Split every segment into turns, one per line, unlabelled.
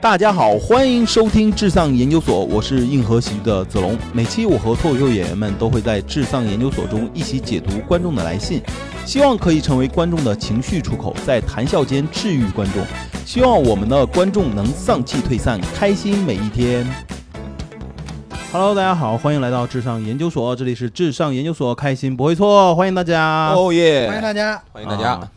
大家好，欢迎收听至丧研究所，我是硬核喜剧的子龙。每期我和脱口秀演员们都会在至丧研究所中一起解读观众的来信，希望可以成为观众的情绪出口，在谈笑间治愈观众。希望我们的观众能丧气退散，开心每一天。Hello，大家好，欢迎来到至上研究所，这里是至上研究所，开心不会错，欢迎大家。
哦耶！
欢迎大家。
欢迎大家。
啊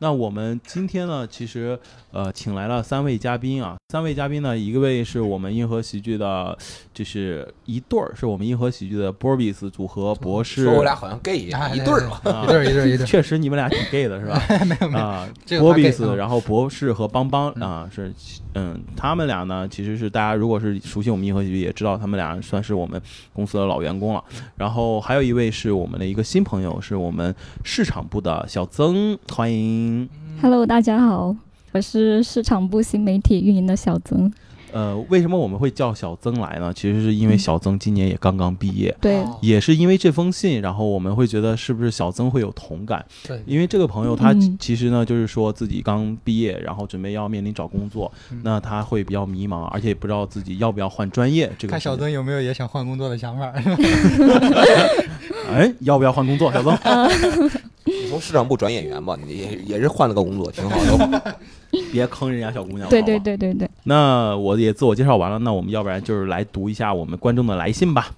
那我们今天呢，其实呃，请来了三位嘉宾啊。三位嘉宾呢，一位是我们硬核喜剧的，就是一对儿，是我们硬核喜剧的 Borbis 组合博士。
说我俩好像 gay 一
啊
样，一对儿嘛。
啊
一对儿一对儿一对儿，
确实你们俩挺 gay 的是 吧？
没有没有，
啊
这个
b o
他
b i
gay，
s
嗯
然后博士和邦邦啊，是嗯，他们俩呢，其实是大家如果是熟悉我们银河喜剧，也知道他们俩算是我们公司的老员工了。然后还有一位是我们的一个新朋友，是我们市场部的小曾，欢迎。
Hello，大家好，我是市场部新媒体运营的小曾。
呃，为什么我们会叫小曾来呢？其实是因为小曾今年也刚刚毕业，
对，
也是因为这封信，然后我们会觉得是不是小曾会有同感？
对
因为这个朋友他
嗯
其其实呢，就是说自己刚毕业，然后准备要面临找工作，
嗯
那他会比较迷茫，而且也不知道自己要不要换专业。这个
看小
事情，
曾有没有也想换工作的想法。
哎，要不要换工作？小曾，
你从市场部转演员吧，你也也是换了个工作，挺好
嗯
的。
别坑人家小姑娘。
对
好啊
对
吗。
对对对，
那我也自我介绍完了，那我们要不然就是来读一下我们观众的来信吧。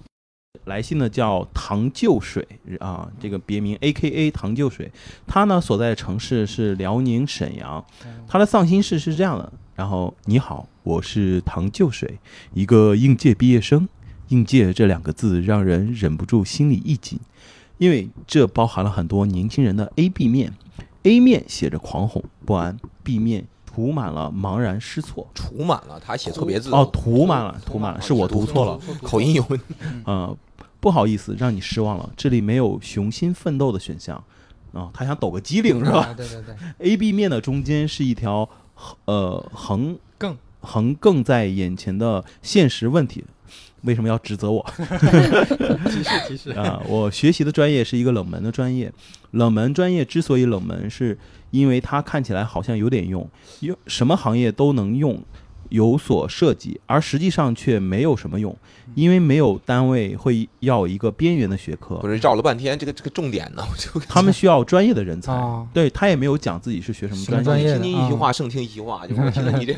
来信呢叫唐就水啊，这个别名 A K A 唐就水，他呢所在的城市是辽宁沈阳。他的丧心事是这样的：然后你好，我是唐就水，一个应届毕业生。应届这两个字让人忍不住心里一紧，因为这包含了很多年轻人的 A B 面。A 面写着狂恐不安，B 面涂满了茫然失措。
涂满了，他写错别字
哦，涂满了，涂满了，是我读错了。
口音有问题。
呃，不好意思，让你失望了，这里没有雄心奋斗的选项。啊、他想抖个机灵是吧、
啊？对对对，
a B 面的中间是一条呃横
更
横亘在眼前的现实问题。为什么要指责我？
提示提示。
啊，我学习的专业是一个冷门的专业，冷门专业之所以冷门，是因为它看起来好像有点用，用什么行业都能用，有所涉及，而实际上却没有什么用，
嗯
因为没有单位会要一个边缘的学科
不，是绕了半天，这个这个重点呢，我 就
他们需要专业的人才。
哦
对他也没有讲自己是学什么
什么
专
专
业，啊
业的
听您一句话胜听一句话，就我听了 你这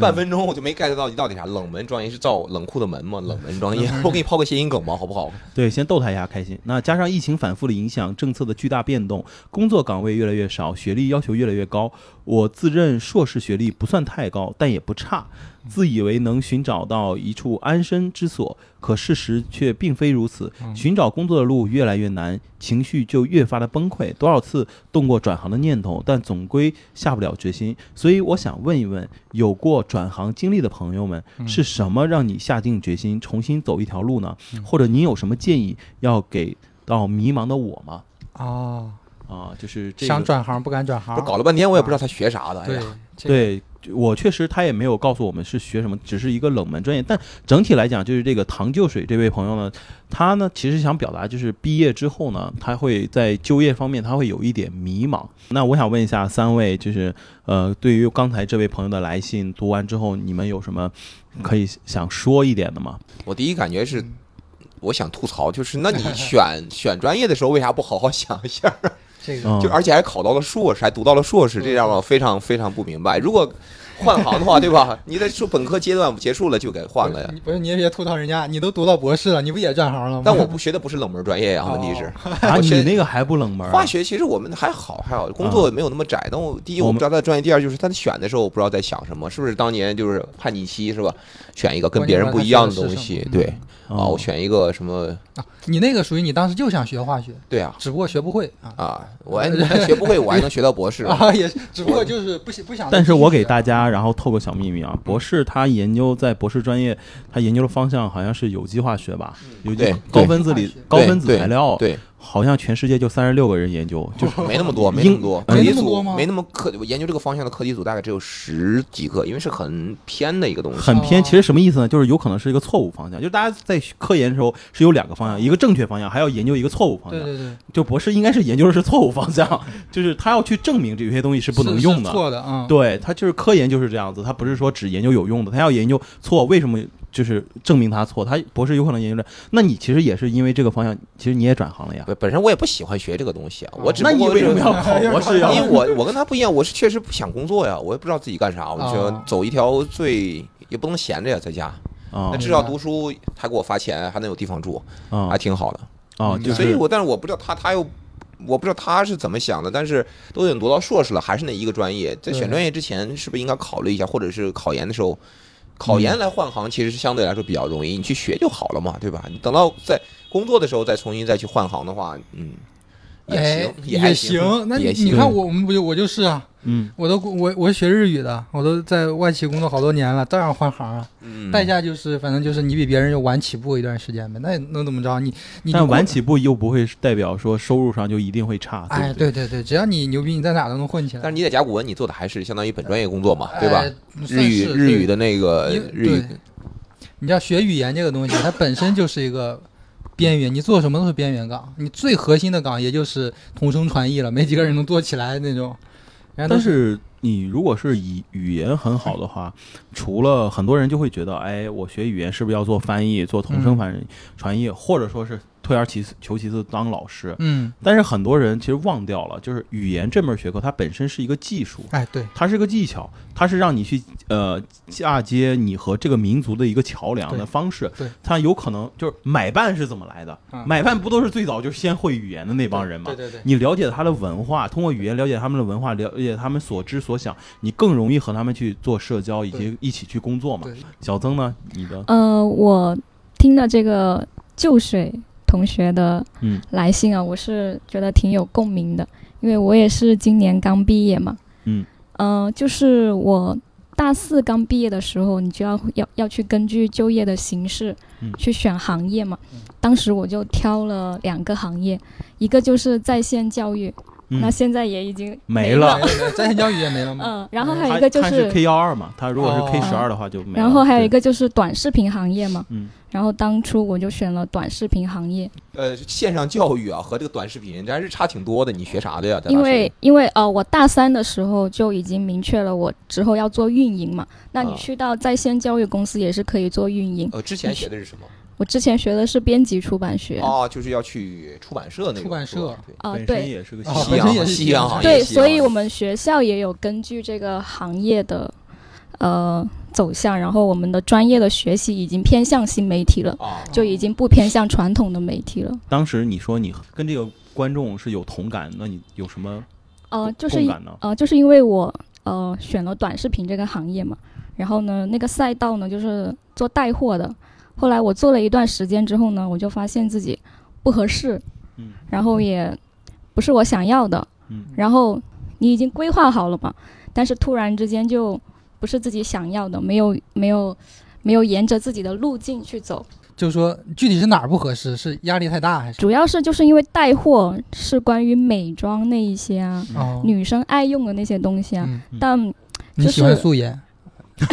半分钟，我就没 get 到你到底啥。冷门专业是照冷库的门吗？冷门专业，
嗯
我给你抛个谐音梗吧，好不好？
对，先逗他一下开心。那加上疫情反复的影响，政策的巨大变动，工作岗位越来越少，学历要求越来越高。我自认硕士学历不算太高，但也不差，自以为能寻找到一处安身之所，可事实却并非如此。寻找工作的路越来越难，情绪就越发的崩溃。多少次动过转行的念头，但总归下不了决心。所以我想问一问，有过转行经历的朋友们，是什么让你下定决心重新走一条路呢？或者你有什么建议要给到迷茫的我吗？
哦，
啊，就是这
想
个。
转行不敢转
不
行
是。搞了半天，我也不知道他学啥的。哎
对
呀，
这个
对我确实，他也没有告诉我们是学什么，只是一个冷门专业。但整体来讲，就是这个唐就水这位朋友呢，他呢其实想表达就是毕业之后呢，他会在就业方面他会有一点迷茫。那我想问一下三位，就是呃，对于刚才这位朋友的来信读完之后，你们有什么可以想说一点的吗？
我第一感觉是。我想吐槽，就是那你选选专业的时候，为啥不好好想一下？
这个
嗯、
就而且还考到了硕士，还读到了硕士，这让我非常非常不明白。如果换行的话，对吧？你在说本科阶段结束了就给换了呀。
你不是你也别吐槽人家，你都读到博士了，你不也转行了吗？
但我不学的不是冷门专业呀，
哦
问题是
啊，
我
你
现在
那个还不冷门、啊？
化学，其实我们还好还好，工作没有那么窄。但我第一
我
我
们
不知道他的专业，第二就是他选的时候我不知道在想什么，是不是当年就是叛逆期是吧？选一个跟别人不一样的东西，对啊，我选一个什么？
啊，你那个属于你当时就想学化学，
对啊
只不过学不会啊
啊，我还还学不会，我还能学到 博士。
哦
啊，也是只不过就是不想不想。
但是我给大家，然后透个小秘密
嗯
啊，博士他研究在博士专业，
嗯
他研究的方向好像是有机化学吧，有机
对
高分子
对
里高分子材料，
对，
好像全世界就三十六个人研究，就是
没那么多，没那
英
么多，
呃
课题
没那么多
组
吗
没那么课研究这个方向的课题组大概只有十几个，因为是很偏的一个东西。
很偏。
哦
其实什么意思呢？就是有可能是一个错误方向，就是大家在科研的时候是有两个方向，一个正确方向，还要研究一个错误方
对
向。
对对，
就博士应该是研究的是错误方 向，就是他要去证明这些东西是不能
是
用
是
的。
错的啊。
对他就是科研就是这样子，他不是说只研究有用的，他要研究错为什么，就是证明他错。他博士有可能研究的，那你其实也是因为这个方向，其实你也转行了呀。
本本身我也不喜欢学这个东西啊，我只
哦那
不
你
过
为
是
什么要考博士呀？
因为我我跟他不一样，我是确实不想工作呀，我也不知道自己干啥，我就
哦
想走一条最也不能闲着呀，在家。
啊
那至少读书还给我发钱，还能有地方住，
啊
还挺好的。
啊！就
所以
是
我但是我不知道他他又。我不知道他是怎么想的，但是都已经读到硕士了，还是那一个专业。在
对
选专业之前，是不是应该考虑一下，或者是考研的时候，考
嗯
研来换行其实是相对来说比较容易，你去学就好了嘛，对吧？你等到在工作的时候再重新再去换行的话，嗯，也
哎
行，，
也
行，
那你
也行
你看我我们不就我就是啊，
嗯
我都我我学日语的，我都在外企工作好多年了，照样换行啊。
嗯
代价就是反正就是你比别人要晚起步一段时间呗，那能怎么着？你你
但晚
起，
起步又不会代表说收入上就一定会差，对
哎，
不对？
对对对，只要你牛逼，你在哪都能混起来。
但是你在甲骨文，你做的还是相当于本专业工作嘛，对吧？
哎
日语日语，的那个
算是
日语
对，你知道学语言这个东西，它本身就是一个边缘，你做什么都是边缘岗，你最核心的岗也就是同声传译了，没几个人能做起来那种。然后
但
都是
是你如果是以语言很好的话，除了很多人就会觉得，哎，我学语言是不是要做翻译、做同声翻译、传译，或者说是退而其次求其次当老师？
嗯，
但是很多人其实忘掉了，就是语言这门学科它本身是一个技术，
哎对，
它是个技巧，它是让你去呃嫁接你和这个民族的一个桥梁的
对
方式
对。
它有可能就是买办是怎么来的？
嗯
买办不都是最早就是先会语言的那帮人吗？
对对对，
你了解他的文化，通过语言了解他们的文化，了解他们所知所想，你更容易和他们去做社交，以及一起去工作嘛。
对
小曾呢，你的
呃，我听了这个旧水同学的
嗯
来信啊，我是觉得挺有共鸣的，因为我也是今年刚毕业嘛。
嗯。
呃，就是我大四刚毕业的时候，你就要要要去根据就业的形式
嗯
去选行业嘛。当时我就挑了两个行业，一个就是在线教育，
嗯
那现在也已经
没
了。
了。
对对在线教育也没了吗？
嗯、然后还有
他
一个就
他是 K 幺二嘛，他如果
哦
是 K 十二的话就没了。
然后还有一
对，
个就是短视频行业嘛，
嗯，
然后当初我就选了短视频行业，
呃，线上教育啊和这个短视频这还是差挺多的。你学啥的呀？在大
因
学
为因为呃，我大三的时候就已经明确了我之后要做运营嘛，那你
啊
去到在线教育公司也是可以做运营。
呃之前学的是什么？
我之前学的是编辑出版学，
哦，就是要去出版社那个
出版社
工作对
啊、
本身
对
也是个
哦
西
夕
本
洋
阳
身也
行
是
夕阳行业，
对，
夕阳
所以
行
我们学校也有根据这个行业的呃走向，然后我们的专业的学习已经偏向新媒体了，
啊，
就已经不偏向传统的媒体了。
当时你说你跟这个观众是有同感，那你有什么
呃，就是
共感呢？
呃，就是因为我呃选了短视频这个行业嘛，然后呢，那个赛道呢就是做带货的。后来我做了一段时间之后呢，我就发现自己不合适，
嗯
然后也不是我想要的，
嗯
然后你已经规划好了嘛，但是突然之间就不是自己想要的，没有没有没有沿着自己的路径去走，
就是说具体是哪儿不合适，是压力太大还是？
主要是就是因为带货是关于美妆那一些啊，
哦，
女生爱用的那些东西啊，
嗯
但
你
就是
喜欢素 颜？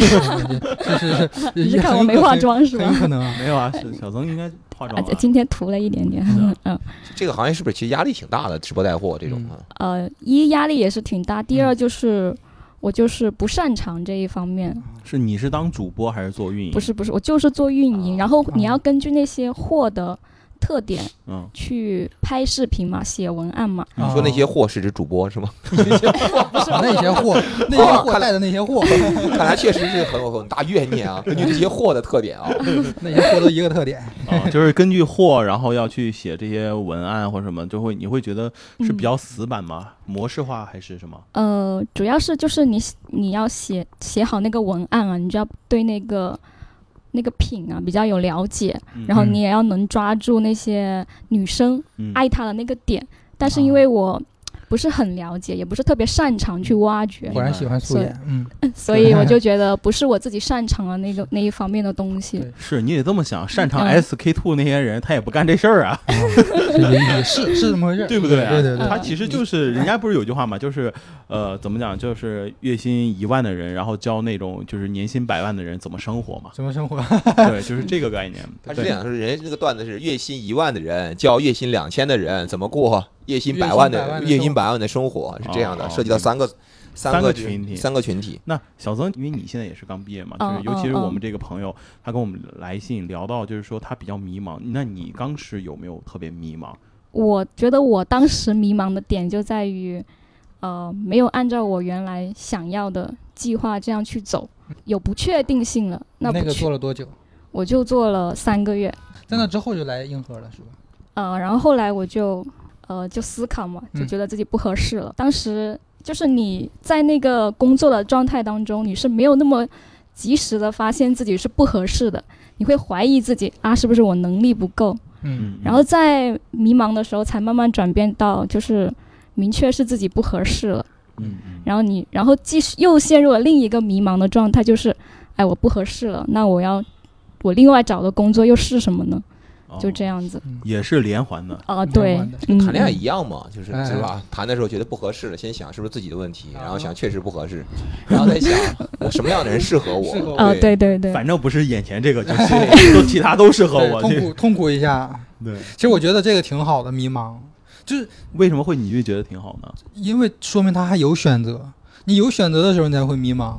是是是，
你是
也
看
很
我
有
没
可
化
能
妆
很
是吧
有？可 能啊。
没有啊，是小曾应该化妆
啊，
了。
今天涂了一点点，嗯，
这个行业是不是其实压力挺大的？直播带货这种啊，
呃，一压力也是挺大，第二就是我就是不擅长这一方面，
是你是当主播还是做运营？
不，是不是，我就是做运营，
啊
然后你
啊
要根据那些货的特点
嗯，
去拍视频嘛，写文案嘛，
嗯
你说那些货是指主播是吗？
哦 啊那些货，那些货带的那些货，
看来确实是很有很大怨念啊，根据这些货的特点啊，
那些货都一个特点。
啊， 就是根据货，然后要去写这些文案或什么，就会你会觉得是比较死板吗？模式化还是什么？
嗯呃，主要是就是你你要写写好那个文案啊，你就要对那个那个品啊比较有了解，
嗯
然后你也要能抓住那些女生
嗯
啊
哎爱她的那个点。但是因为我不是很了解，也不是特别擅长去挖掘，
果然喜欢素
是
颜，嗯，
所以我就觉得不是我自己擅长的 那个那一方面的东西
对。
是你得这么想，擅长
嗯
SK two 那些人，他也不干这事儿啊，
也是是这么回事儿，
对不对啊？
对对
嗯
对，
他其实就是人家不是有句话嘛，就是呃，怎么讲，就是月薪一万的人，然后教那种就是年薪百万的人怎么生活嘛
怎么生活？
对，就是这个概念。
嗯他是这样，说人家那个段子是月薪一万的人教月薪两千的人怎么过月薪百万
月薪百
的
万的
月薪百万的生活，是这样
哦
的，
哦
涉及到三个
三
个
个群体
三个群体。
那小曾，因为你现在也是刚毕业嘛，就
嗯
是尤其
嗯
是我们
嗯
这个朋友，他跟我们来信聊到，就是说他比较迷茫。那你当时有没有特别迷茫？
我觉得我当时迷茫的点就在于，呃，没有按照我原来想要的计划这样去走，有不确定性了。那
那
不
个
去，
做了多久？
我就做了三个月，
在那之后就来硬核了，是吧？
呃，然后后来我就，呃，就思考嘛，就
嗯
觉得自己不合适了。当时就是你在那个工作的状态当中，你是没有那么及时的发现自己是不合适的，你会怀疑自己啊，是不是我能力不够？
嗯，
然后在迷茫的时候，才慢慢转变到就是明确是自己不合适了。
嗯，嗯
然后你，然后继续又陷入了另一个迷茫的状态，就是，哎，我不合适了，那我要我另外找的工作又是什么呢？
哦
就这样子。
也是连环的。
哦
啊、
蛮
对
晚的，
嗯
谈恋爱一样嘛，就是
哎
是吧？谈的时候觉得不合适了，先想是不是自己的问题，
啊
然后想确实不合适，然后再想我什么样的人适合我
适合？
哦，对对对，
反正不是眼前这个，就是都其他都适合
对
我。
痛
啊这
苦痛苦一下。
对，
其实我觉得这个挺好的，迷茫就是
为什么会你就觉得挺好呢？
因为说明他还有选择。你有选择的时候，你才会迷茫，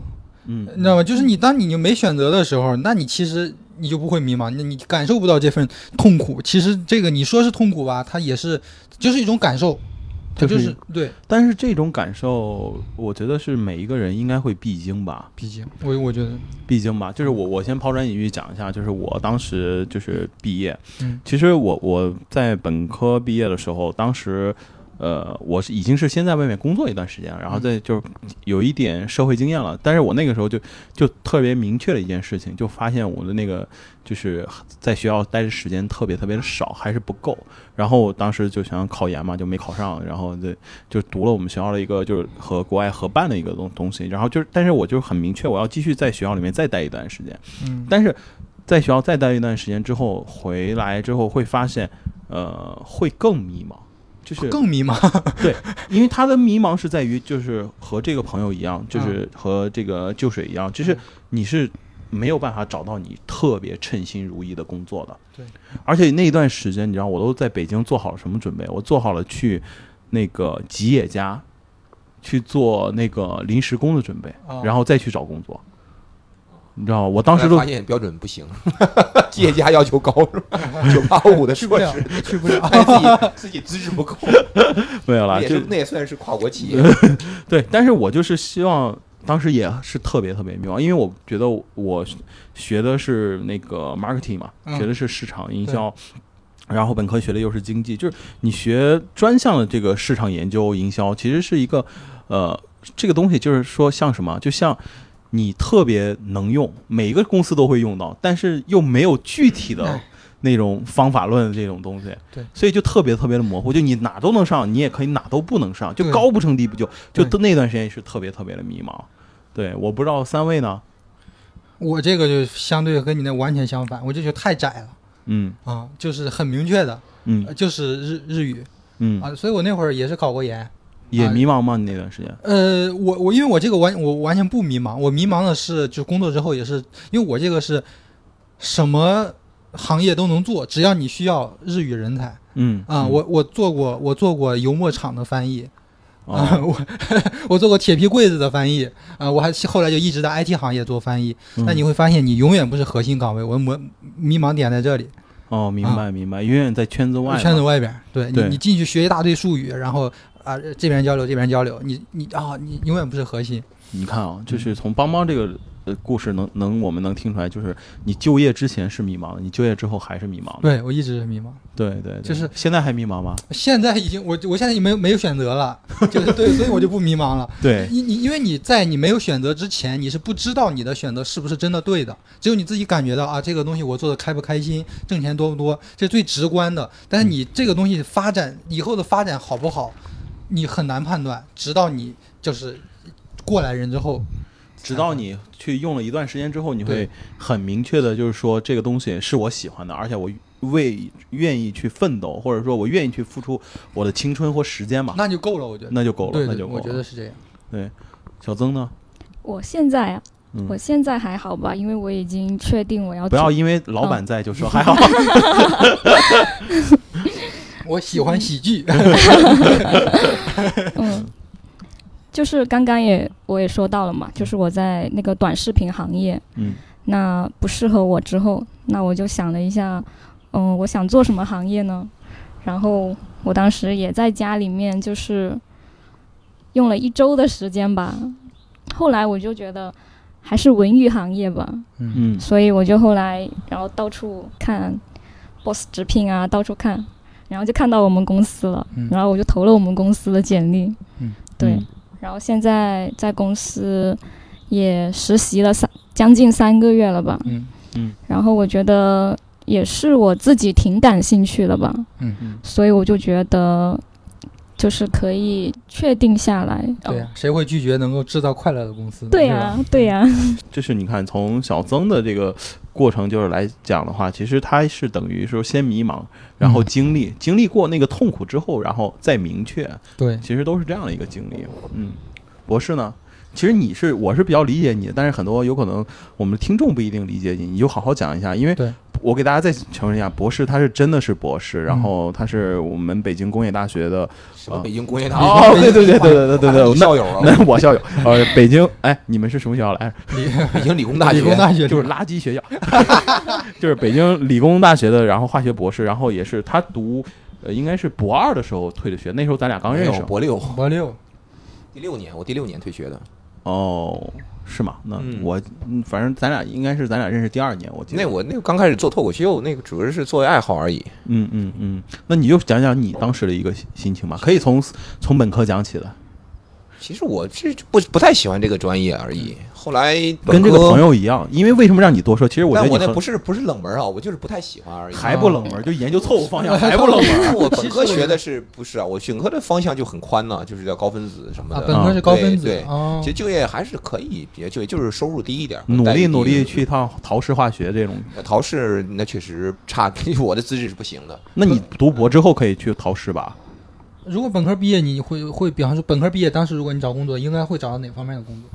嗯，
你知道吗？就是你当你就没选择的时候，那你其实你就不会迷茫，你你感受不到这份痛苦。其实这个你说是痛苦吧，它也是就是一种感受，它就
就是
是对，
但是这种感受，我觉得是每一个人应该会必经吧，
毕竟我我觉得
必经吧。就是我，我先抛砖引玉讲一下，就是我当时就是毕业，
嗯
其实我我在本科毕业的时候，当时。呃，我是已经是先在外面工作一段时间了，然后再就是有一点社会经验了。但是我那个时候就就特别明确的一件事情，就发现我的那个就是在学校待的时间特别特别的少，还是不够。然后我当时就想考研嘛，就没考上，然后就就读了我们学校的一个就是和国外合办的一个东东西。然后就是，但是我就很明确，我要继续在学校里面再待一段时间。
嗯
但是在学校再待一段时间之后，回来之后会发现，呃，会更迷茫。就是
更迷茫。
因为他的迷茫是在于，就是和这个朋友一
嗯
样，就是和这个旧水一样，就是你是没有办法找到你特别称心如意的工作的。
对，
而且那一段时间，你知道，我都在北京做好了什么准备？我做好了去那个吉野家去做那个临时工的准备，
啊
然后再去找工作。你知道吗？我
后
当
来
时都
发现标准不行， 企业家要求高是吧？九八五的
去不
硕
了
士，，
去不了。
自己自己资质不够，
没有了，
也
就是嗯
那也算是跨国企业。
对，但是我就是希望，当时也是特别特别迷茫，因为我觉得我学的是那个 marketing 嘛，
嗯
学的是市场营销，然后本科学的又是经济，就是你学专项的这个市场研究营销，其实是一个呃，这个东西就是说像什么，就像。你特别能用，每个公司都会用到，但是又没有具体的
哎
那种方法论这种东西，
对，
所以就特别特别的模糊，就你哪都能上，你也可以哪都不能上，就
对
高不成低不就，就
对
都那段时间是特别特别的迷茫。对，我不知道三位呢，
我这个就相对和你那完全相反，我就觉得太窄了
嗯
啊，就是很明确的，
嗯
就是日日语
嗯，
呃啊，所啊以我那会儿也是考过研。
也迷茫吗？你那段时间？
呃，我我因为我这个完我完全不迷茫，我迷茫的是就工作之后也是，因为我这个是什么行业都能做，只要你需要日语人才
嗯
啊、
嗯
我我做过我做过油墨厂的翻译啊、
哦
我 我做过铁皮柜子的翻译啊、我还后来就一直在 IT 行业做翻译。
嗯
那你会发现你永远不是核心岗位，我我迷茫点在这里，
哦，明白明白，永远在圈子外嘛，
啊圈子外边儿，对你
对
你进去学一大堆术语，然后啊这边交流这边交流，你你啊你永远不是核心，
你看啊，就是从邦邦这个呃故事能能我们能听出来，就是你就业之前是迷茫的，你就业之后还是迷茫的。
对我一直是迷茫。
对对对，
就是
现在还迷茫吗？
现在已经我我现在已经没有没有选择了，就是对，所以我就不迷茫了。
对，
你你因为你在你没有选择之前，你是不知道你的选择是不是真的对的，只有你自己感觉到啊，这个东西我做的开不开心，挣钱多不多，这是最直观的。但是你这个东西发展以后的发展好不好，你很难判断，直到你就是过来人之后，
直到你去用了一段时间之后，你会
对
很明确的，就是说这个东西是我喜欢的，而且我为愿意去奋斗，或者说我愿意去付出我的青春或时间嘛，
那就够了，我觉得。
那就够了，
对
那
对，
就够
我
了。
觉得是这样。
小曾呢？
我现在啊，
嗯
我现在还好吧，因为我已经确定我要
不要
走
因为老板在就说还好，
我喜欢 喜剧，
嗯，就是刚刚也我也说到了嘛，就是我在那个短视频行业，
嗯，
那不适合我之后，那我就想了一下，嗯，我想做什么行业呢？然后我当时也在家里面就是用了一周的时间吧，后来我就觉得还是文娱行业吧，
嗯
所以我就后来然后到处看 boss 直聘啊，到处看，然后就看到我们公司了，
嗯
然后我就投了我们公司的简历，
嗯
对，
嗯
然后现在在公司也实习了三将近三个月了吧，
嗯
然后我觉得也是我自己挺感兴趣的吧，
嗯
嗯
所以我就觉得就是可以确定下来，
对
哦
呀、谁会拒绝能够制造快乐的公司呢？
对啊
呀、
呀、对呀、
嗯就是你看，从小曾的这个过程就是来讲的话，其实他是等于说先迷茫，然后经历、经历过那个痛苦之后，然后再明确，
对，
其实都是这样的一个经历。嗯，博士呢？其实你是我是比较理解你的，但是很多有可能我们的听众不一定理解你，你就好好讲一下，因为
对
我给大家再承认一下，博士他是真的是博士，然
嗯
后他是我们北京工业大学的
什么北京工业大学
哦，对对对对对对对对，那
校友啊了，
那我校友呃北京哎你们是什么学校来着？
理
北京理工大
理工
学，
大学
就是垃圾学校， 就是北京理工大学的，然后化学博士，然后也是他读呃应该是博二的时候退的学，那时候咱俩刚认识
博六，
博六，
第六年，我第六年退学的，
哦，是吗？那
嗯
我嗯反正咱俩应该是咱俩认识第二年，我记得
那我那个刚开始做脱口秀，那个主要是作为爱好而已。
嗯嗯嗯，那你就讲讲你当时的一个心心情吧，可以从从本科讲起的，
其实我是不不太喜欢这个专业而已。
嗯
后来
跟这个
本科
朋，友一样，因为为什么让你多说？其实我觉
但
得
我
你
那
很
不是不是冷门啊，我就是不太喜欢而已。
还不冷门，就研究错误方 向，还不冷门。
门，我本科学的是不是啊？我本科的方向就很宽呢、就是叫高分子什么
啊，
的。
本科是高分子
对对
哦
其实就业还是可以，别就业就是收入低一点，
努
待遇低
力
一
努力
点
去一。趟陶氏化学这种，
陶氏那确实差， 我的资质是不行的。
那你读博之后可以去陶氏吧？
如果本科毕业，你会会，比方说本科毕业，当时如果你找工作，应该会找到哪方面的工作？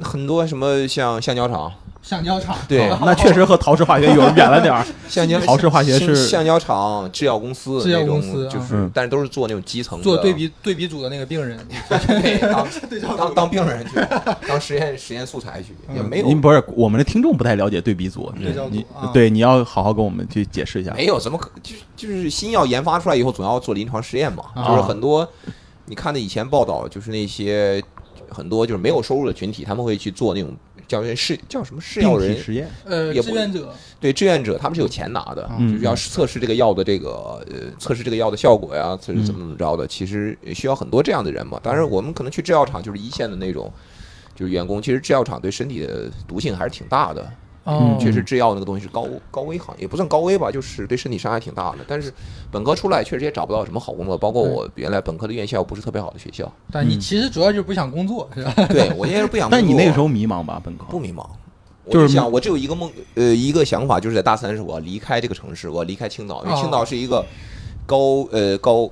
很多什么像橡胶厂，
橡胶厂。
对
哦那确实和陶氏化学有远了点儿。
橡胶
陶氏化学是
橡胶厂、制药公司
制药
那种，
公司
就
啊
是
嗯，
但是都是做那种基层的
做对比对比组的那个病人，
对当当 当 病人去，当实验实验素材去， 也没
嗯
有嗯
您不是我们的听众不太了解对比组，
对照组
你
啊
对你要好好跟我们去解释一下。
没有怎么可就是就是新药研发出来以后，总要做临床实验嘛，
啊
就是很多你看的以前报道，就是那些很多就是没有收入的群体，他们会去做那种叫人试叫什么试药
病体
人，啊
实验，
呃，
也不
志愿者，
对志愿者他们是有钱拿的，
嗯
就是要测试这个药的这个呃测试这个药的效果呀，测试怎么怎么着
嗯
的，其实也需要很多这样的人嘛。当然我们可能去制药厂就是一线的那种。就是员工，其实制药厂对身体的毒性还是挺大的，
哦
嗯
确实制药那个东西是高高危行业，也不算高危吧，就是对身体伤害挺大的。但是本科出来确实也找不到什么好工作，包括我原来本科的院校不是特别好的 学校，
但你
嗯
其实主要就是不想工作，是吧？
对我也是不想工作。
但你 那个时候迷茫吧？本科
不 迷茫，我
就是
就想我只有一个梦，呃，一个想法，就是在大三的时候我要离开这个城市，我要离开青岛，因为
哦
青岛是一个高呃高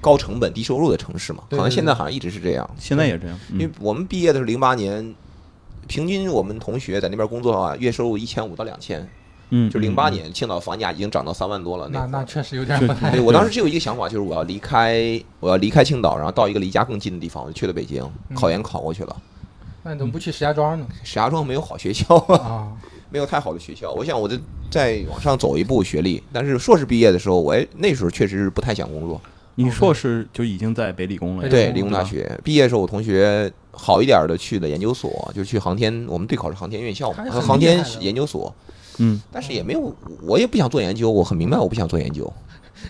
高成本低收入的城市嘛，
对
好像
对
现在
对
好像一直是这样。
现在也这样，嗯
因为我们毕业的是零八年，平均我们同学在那边工作的话，月收入一千五到两千，
嗯，
就零八年青岛房价已经涨到三万
哦
多了。
那
那
那
会儿
确实有点不太
对我当时只有一个想法，就是我要离开，我要离开青岛，然后到一个离家更近的地方，我就去了北京，
嗯
考研考过去了。
那你怎么不去石家庄呢？
石家庄没有好学校
嗯
啊，
啊，
没有太好的学校。我想我就再往上走一步学历，但是硕士毕业的时候，我也那时候确实是不太想工作。
你硕士就已经在北理工了呀，
对
哦对，理工大
吧
学毕业的时候，我同学好一点的去的研究所，就去航天，我们对口是航天院校嘛呃
还，是很
航
厉
天
害的
研究所。
嗯，
但是也没有，我也不想做研究，我很明白我不想做研究。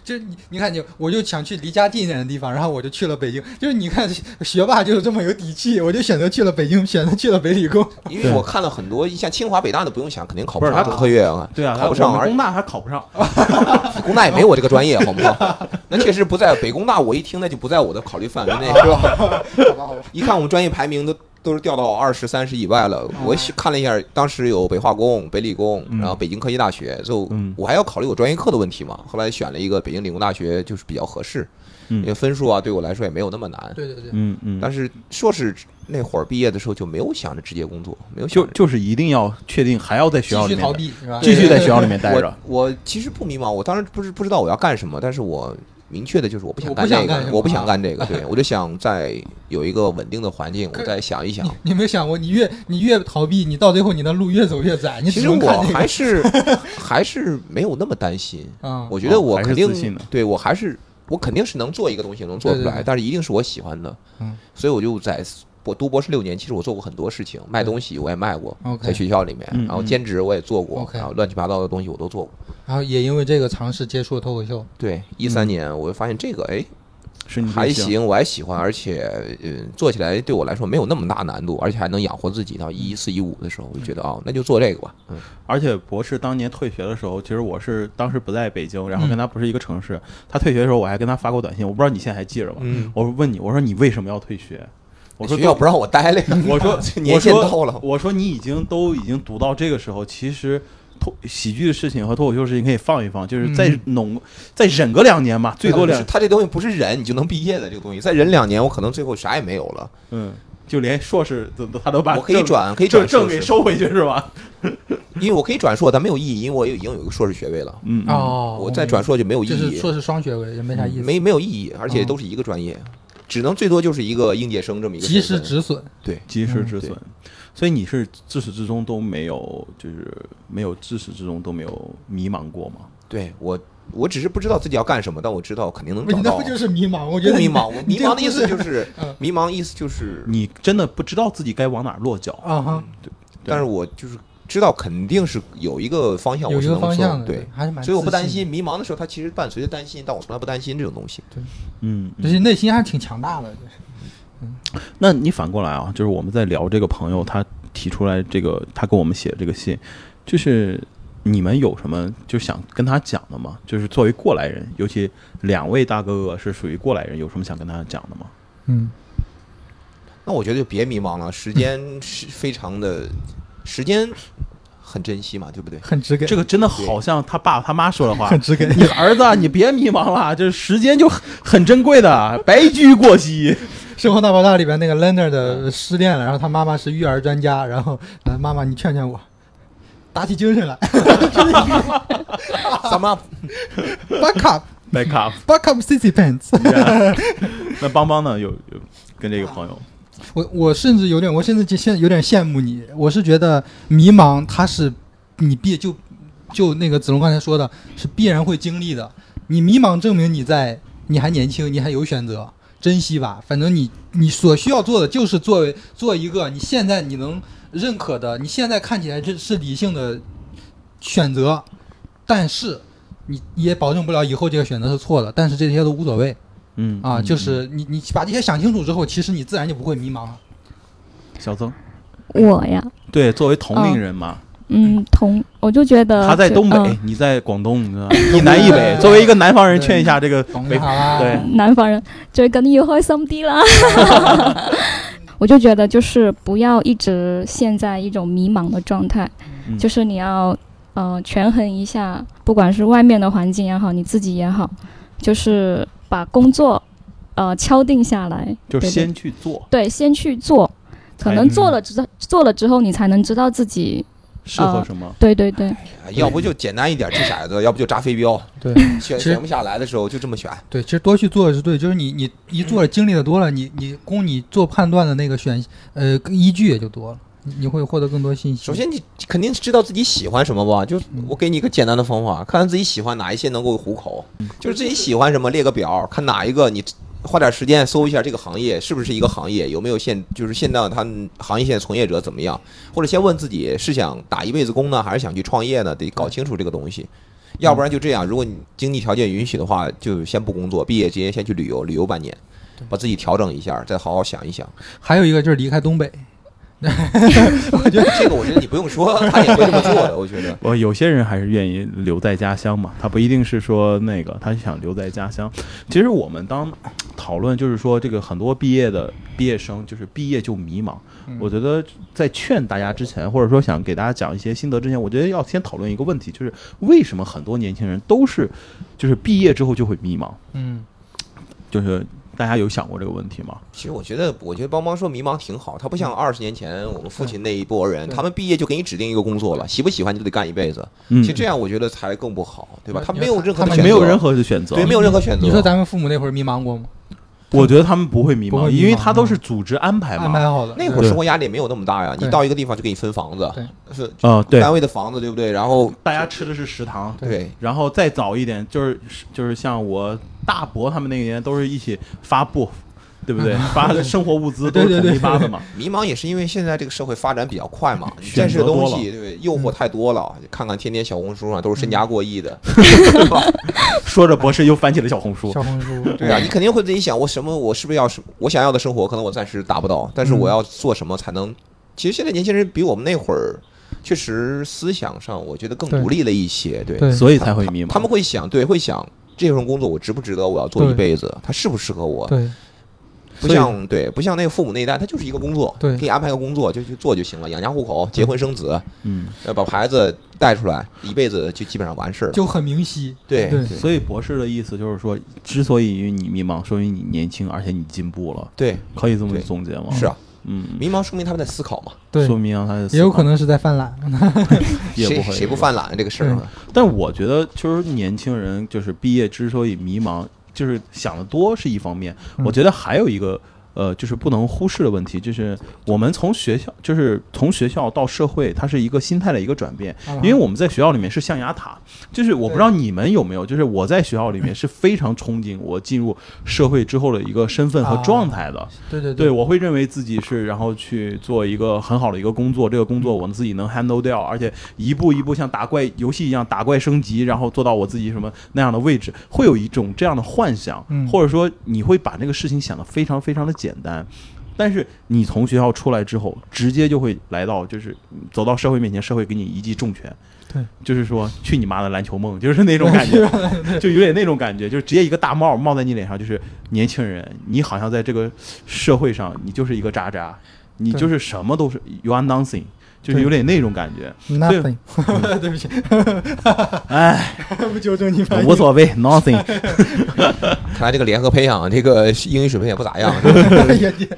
就是你你看你，我就想去离家近一点的地方，然后我就去了北京。就是你看学霸就是这么有底气，我就选择去了北京，选择去了北理工。
因
对
为我看了很多，像清华北大的不用想，肯定考
不是
上
他
中科院啊，
对啊，
考不上
我们
而哦
工大还考不上，
工大也没我这个专业，好不好？ 那确实不在北工大，我一听那就不在我的考虑范 围
哎
内，是吧？
好吧，好吧，
一看我们专业排名都都是掉到二十三十以外了。我
嗯
去看了一下，当时有北化工、北理工，
嗯
然后北京科技大学，就
嗯
我还要考虑我专业课的问题嘛。后来选了一个北京理工大学，就是比较合适，
嗯
因为分数啊对我来说也没有那么难。
对对对，
嗯嗯，
但是硕士那会儿毕业的时候就没有想着直接工作，没有想
就
着
就是一定要确定还要在学校
继
里
续逃
面，
避是吧？
继续在学校里面待着
我。我其实不迷茫，我当时不是不知道我要干什么，但是我明确的就是我不想
我不
干
想
这
干什
个，
么
我不想干这个， 对我就想在有一个稳定的环境，
可
我再想一想
你。你有没有想过，你越你越逃避，你到最后你的路越走越窄，你
其
只
实
能看
我
这个
还是还是没有那么担心，
啊。
我觉得我
哦还是
肯定
自信的
对我还是我肯定是能做一个东西能做出
对对
来
对，
但是一定是我喜欢的
嗯，
所以我就在。我读博士六年，其实我做过很多事情，卖东西我也卖过，
OK
在学校里面
嗯，
然后
嗯
兼职我也做过，
OK
然后乱七八糟的东西我都做过。
然后也因为这个尝试接触了脱口秀，
对，一
嗯
三年我就发现这个哎
是你
还
最喜
行，我还喜欢，而且嗯，做起来对我来说没有那么大难度，而且还能养活自己。到一四一五的时候，我就觉得哦，那就做这个吧。嗯，
而且博士当年退学的时候，其实我是当时不在北京，然后跟他不是一个城市。他退学的时候，我还跟他发过短信，我不知道你现在还记着吧？
嗯
我问你，我说你为什么要退学？我说
学校不让我待了，
我说
年限到
我
了
说，我说你已经都已经读到这个时候，其实脱喜剧的事情和脱口秀的事情可以放一放，就是再弄、再忍个两年吧，最多
是
两
他这东西不是忍你就能毕业的，这个东西再忍两年，我可能最后啥也没有了。
嗯，就连硕士都都他都把
我可以
证
转，可以
证
转
证
硕
给
士，
收回去是吧？
因为我可以转硕，但没有意义，因为我已经有一个硕士学位了，
嗯，
哦，
我再转硕就没有意
就是
义，嗯
硕士双学位也没啥意思，
没没有意义，而且
嗯
都是一个专业，只能最多就是一个应届生这么一个
及
身
时
份。
止损。
及时
嗯
止
对
损。所以你是自始至终都没有，就是没有自始至终都没有迷茫过吗？
对我，我只是不知道自己要干什么，但我知道肯定能
不是
找
那
到啊
不。就是迷茫？我觉得
不
你
迷茫， 我
你
迷
这个
茫的意思就
故事
是
嗯
迷茫意思就是，
你真的不知道自己该往哪儿落脚。
啊哈，
嗯但是我就是知道肯定是有一个方向，
有
我
一
是
个
能
方向
做
的，
对，，
还是蛮。
所以我不担，心迷茫的时候，它其实伴随着担心，但我从来不担心这种东西。
嗯，嗯
就是内心还是挺强大的。
那你反过来啊，就是我们在聊这个朋友，他提出来这个，他给我们写这个信，就是你们有什么就想跟他讲的吗？就是作为过来人，尤其两位大哥哥是属于过来人，有什么想跟他讲的吗？
嗯，
那我觉得就别迷茫了，时间是非常的，时间很珍惜嘛，对不对？
很直给，
这个真的好像他爸他妈说的话
很。直给。
你儿子，啊你别迷茫了，这时间就很很珍贵 的，白驹过隙。
《生活大爆炸》里边那个
嗯
Leonard 的失恋了，然后他妈妈是育儿专家，然后呃，妈妈你劝劝我，打起精神来
咱们
，back up，back
Back up，
up sissy pants。
那邦邦呢？有有跟这个朋友，
我我甚至有点，我甚至现有点羡慕你。我是觉得迷茫，它是你必就就那个子龙刚才说的，是必然会经历的。你迷茫，证明你在你还年轻，你还有选择，珍惜吧。反正你你所需要做的就是作为做一个你现在你能认可的，你现在看起来是是理性的选择，但是你也保证不了以后这个选择是错的。但是这些都无所谓。
嗯
啊，
嗯
就是你你把这些想清楚之后，其实你自然就不会迷茫了。
小曾，
我呀，
对，作为同龄人嘛，
嗯，同我就觉得
他在
就
东北，哎
嗯
你在广东，你知道吗
嗯
一南一北。作为一个南方人，劝一下这个
懂
北
了，好啦，
对
南方人最紧要开心啲 啦。我就觉得就是不要一直陷在一种迷茫的状态，
嗯
就是你要呃权衡一下，不管是外面的环境也好，你自己也好，就是把工作呃敲定下来，
就是
对
先去做
对，先去做，可能
才
做了之后做了之后，你才能知道自己，
适
嗯
合什么。
对对对，
要不就简单一点掷骰子，要不就炸飞镖，
对
选
其实
选不下来的时候就这么选。
对，其实多去做是对，就是你你一做了经历的多了，你你供你做判断的那个选呃依据也就多了，你你会获得更多信息。
首先，你肯定知道自己喜欢什么吧？就我给你一个简单的方法，看看自己喜欢哪一些能够糊口，就是自己喜欢什么列个表，看哪一个你花点时间搜一下这个行业是不是一个行业，有没有现就是现在他们行业现在从业者怎么样，或者先问自己是想打一辈子工呢，还是想去创业呢？得搞清楚这个东西。要不然就这样，如果你经济条件允许的话，就先不工作，毕业直接先去旅游，旅游半年，把自己调整一下，再好好想一想。
还有一个就是离开东北，
这个我觉得你不用说，他也会这么做的。我觉得
我呃有些人还是愿意留在家乡嘛，他不一定是说那个，他想留在家乡。其实我们当讨论就是说，这个很多毕业的毕业生就是毕业就迷茫。
嗯
我觉得在劝大家之前，或者说想给大家讲一些心得之前，我觉得要先讨论一个问题，就是为什么很多年轻人都是就是毕业之后就会迷茫？
嗯，
就是大家有想过这个问题吗？
其实我觉得，我觉得帮帮说迷茫挺好，他不像二十年前我们父亲那一波人，
对
他们毕业就给你指定一个工作了，喜不喜欢就得干一辈子。
嗯
其实这样我觉得才更不好，对吧？
对
他没有任何的
他
选择，
们
没有任何的选择
对，，没有任何选择。
你说咱们父母那会儿迷茫过吗？
我觉得他们不会迷
不
茫，
会迷茫
因为他都是组织安排
安
嘛。
排好的
哎那会儿
对
生活压力也没有那么大呀，你
对
到一个地方就给你分房子，是
啊、对，
单位的房子，对不对？然后
大家吃的是食堂，
对，
然后再早一点，就是就是像我大伯他们那一年都是一起发布，对不 对？发的生活物资都是统一发的嘛。
迷茫也是因为现在这个社会发展比较快嘛，你
选
见识
择
的东
多了
西对诱惑太多了，看看天天小红书上都是身家过亿的，对吧？
说着博士又翻起了小红书，
小红书，
对啊，你肯定会自己想，我什么，我是不是要什，我想要的生活，可能我暂时达不到，但是
嗯
我要做什么才能？其实现在年轻人比我们那会儿，确实思想上我觉得更
对
独立了一些，对，
对
所以才会迷茫。
他们会想，对，会想这份工作我值不值得，我要做
对
一辈子，它适不适合我？
对
不
所以
像对，不像那个父母那一代，他就是一个工作，
对
给你安排个工作就去做就行了，养家糊口，结婚生子，
嗯，
呃，把孩子带出来，一辈子就基本上完事儿了。
就很明晰，
对
对
所以博士的意思就是说，之所以你迷茫，说明你年轻，而且你进步了，
对，
可以这么
对
总结吗？
是，啊，
嗯，
迷茫说明他们在思考嘛，
对
说，明他的
也有可能是在犯懒，
也
谁
不会
谁不犯懒这个事儿嘛，
但我觉得，就是年轻人就是毕业之所以迷茫，就是想的多是一方面，
嗯
我觉得还有一个。呃，就是不能忽视的问题，就是我们从学校，就是从学校到社会，它是一个心态的一个转变。因为我们在学校里面是象牙塔，就是我不知道你们有没有，就是我在学校里面是非常憧憬我进入社会之后的一个身份和
啊
状态的。
对对
对，我会认为自己是，然后去做一个很好的一个工作，这个工作我自己能 handle 掉，而且一步一步像打怪游戏一样打怪升级，然后做到我自己什么那样的位置，会有一种这样的幻想，
嗯
或者说你会把这个事情想得非常非常的简单。但是你从学校出来之后，直接就会来到，就是走到社会面前，社会给你一记重拳，
对，
就是说去你妈的篮球梦，就是那 种感觉，就有点那种感觉，就是直接一个大帽冒在你脸上，就是年轻人，你好像在这个社会上，你就是一个渣渣，你
对
就是什么都是 you are nothing，就是
对
有点那种感觉。
nothing，对 不起，
嗯哎，
不纠正你翻译
无，所 谓 nothing。
看来这个联合培养这个英语水平也不咋样。
也也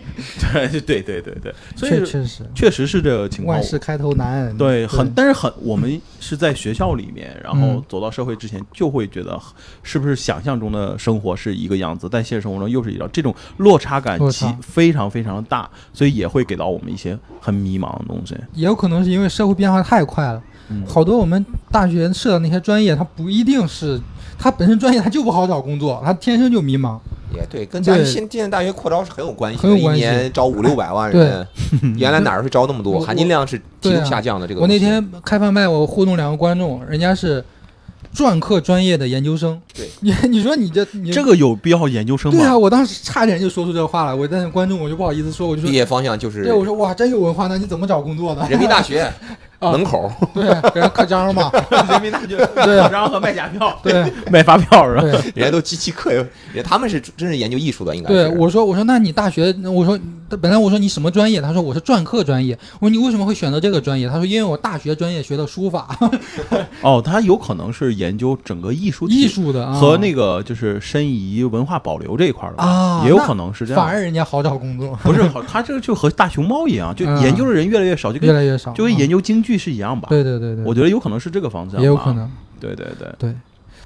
对对对对对，所
确
以
确实，
确实是这个情况
万。事开头难，
对，很，但是很，我们是在学校里面，然后
嗯
走到社会之前，就会觉得是不是想象中的生活是一个样子，但现实生活中又是一样，这种落差感
落
极
差
非常非常大，所以也会给到我们一些很迷茫的东西。
也有可能是因为社会变化太快了，
嗯
好多我们大学设的那些专业，它不一定是它本身专业它就不好找工作，它天生就迷茫，
也对，跟咱
对
现现在大学扩招是很有关系的，
很有关系
一年招五六百万人， 原来哪儿会招那么多？
我
含金量是急
对
速
啊
下降的。这个
我
东
那
西
天开贩卖，我互动两个观众，人家是篆刻专业的研究生。
对，
你你说你这你
这个有必要研究生
对啊，
吗？
我当时差点就说出这话来，我但是观众我就不好意思说，我就
毕
说。
业方向就是
对，我说哇，真有文化，那你怎么找工作的？
人民大学
啊
门口，
对，给人刻章嘛，
人民大学
对啊
然后和卖假票、
对
卖发票是吧？
对
人家都机器课，人家他们是真是研究艺术的，应该
对。
啊
是。
我说我说那你大学，我说本来我说你什么专业，他说我是篆刻专业。我说你为什么会选择这个专业？他说因为我大学专业学的书法，
哦，他有可能是研究整个艺术体
艺术的啊，
和那个就是申遗文化保留这一块儿的吧
啊
也有可能是这
反
样。
而人家好找工作，
不是好，他这个就和大熊猫一样，就
嗯
研究的人越来越少，就
越
跟
来越少，嗯啊
就跟研究京剧是一样吧
啊。对对对对，
我觉得有可能是这个方向，
也有可。能。
对对对，
对，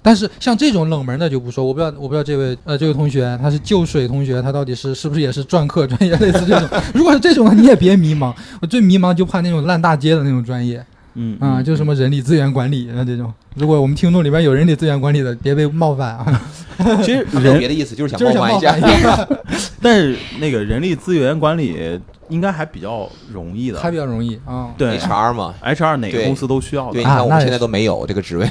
但是像这种冷门的就不说，我不知道，我不知道这位呃这位同学他是就水同学，他到底是是不是也是篆刻 专业类似这种？如果是这种，你也别迷茫。我最迷茫就怕那种烂大街的那种专业，
嗯
啊，就什么人力资源管理啊这种。如果我们听众里边有人力资源管理的，别被冒 犯啊，
其实
他没有
人，
别的意思，就是想
就是想
冒犯
冒
一下
犯。一 下，
但是那个人力资源管理应该还比较容易
还
的，
比较容易啊。
对
HR 嘛，
，HR 哪个
对
公司都需要
对，
的，
你看我
那
们
也
现在都没有这个职 位，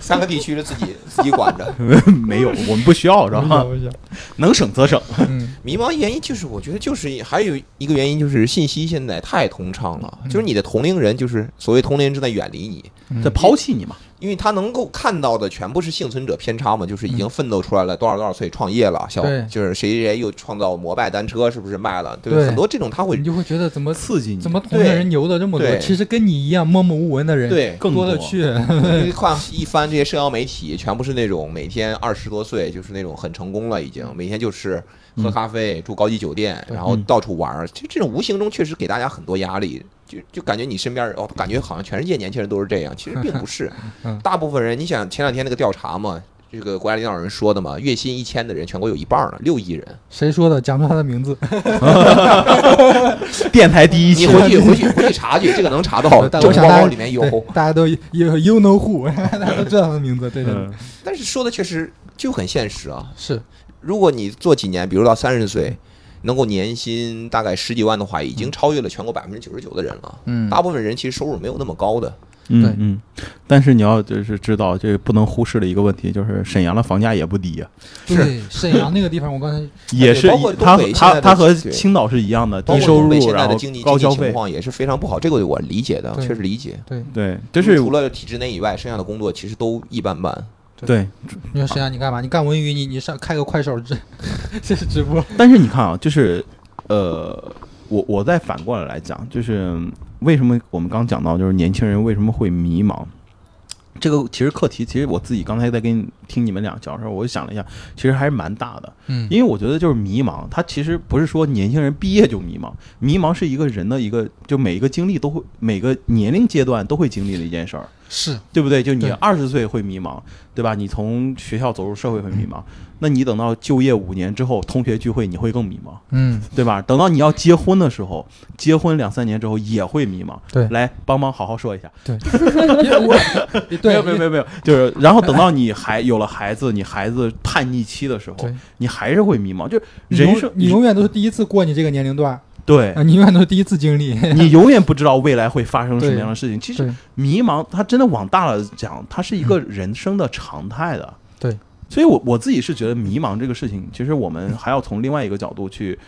三个地区是自己自己管着。
没有我们不需要，是吧？
不是，
能省则省。
嗯，
迷茫原因就是，我觉得就是还有一个原因就是信息现在太通畅了，就是你的同龄人，就是所谓同龄人正在远离你，
在抛弃你嘛？
因为他能够看到的全部是幸存者偏差嘛，就是已经奋斗出来了多少多少岁创业了，小
对
就是谁谁谁又创造摩拜单车是不是卖了，对吧？
对
很多这种他会
你就会觉得怎么
刺激你，
怎么同龄人牛的这么多，
对
其实跟你一样默默无闻的人
对。
更
多
多
了？去。
因为看一翻这些社交媒体，全部是那种每天二十多岁，就是那种很成功了，已经每天就是喝咖啡、住高级酒店，
嗯对嗯
然后到处玩儿。其实这种无形中确实给大家很多压力，就就感觉你身边人哦，感觉好像全世界年轻人都是这样，其实并不是
嗯。
大部分人，你想前两天那个调查嘛，这个国家领导人说的嘛，月薪一千的人，全国有一半儿呢，六亿人。
谁说的？讲出他的名字。
电台第一
你
期，嗯
回去回去回去查去，这个能查到，
但
这
我
个
想
报
大
告
家
里面有。
对 大家都有 you know who，大 家都知道他的名字。对对，对
嗯
但是说的确实就很现实啊，
是
如果你做几年，比如到三十岁，能够年薪大概十几万的话，已经超越了全国百分之九十九的人了。
嗯
大部分人其实收入没有那么高的。
嗯
对
嗯。但是你要就是知道，这不能忽视的一个问题就是沈阳的房价也不低啊，
对沈阳那个东北现在的经济情况对个地方，我刚才
也是
啊包括
它
东北现在
它
的
它和
对
青岛是一样的，
包
低
括
收
东北
入
现在
然
的
后
经济
高
经济
消
情
费，
况也是非常不好，这个我理解的，
对
确实理解。
对，
对，就是
除了体制内以外，剩下的工作其实都一般般。
对。
你说沈阳你干嘛？你干文娱，你你上开个快手直， 这是直播。
但是你看啊，就是呃，我我再反过来来讲，就是为什么我们刚讲到，就是年轻人为什么会迷茫？这个其实课题，其实我自己刚才在跟你听你们俩讲的时候，我就想了一下，其实还是蛮大的。
嗯
因为我觉得就是迷茫，他其实不是说年轻人毕业就迷茫，迷茫是一个人的一个，就每一个经历都会，每个年龄阶段都会经历的一件事儿，
是
对不对？就你
对
二十岁会迷茫，对吧？你从学校走入社会会迷茫，那你等到就业五年之后，同学聚会你会更迷茫，
嗯
对吧？等到你要结婚的时候，结婚两三年之后也会迷茫。
对
来帮忙好好说一下。
我
没
对
有没有没有没有，就是然后等到你还有了孩子， 你孩子叛逆期的时候
对，
你还是会迷茫。就是
你永
人生，
你永远都是第一次过你这个年龄段，
对
啊，你永远都是第一次经历。
你永远不知道未来会发生什么样的事情。其实
对
迷茫，它真的往大了讲，它是一个人生的常态的。
嗯对，
所以我我自己是觉得迷茫这个事情，其实我们还要从另外一个角度去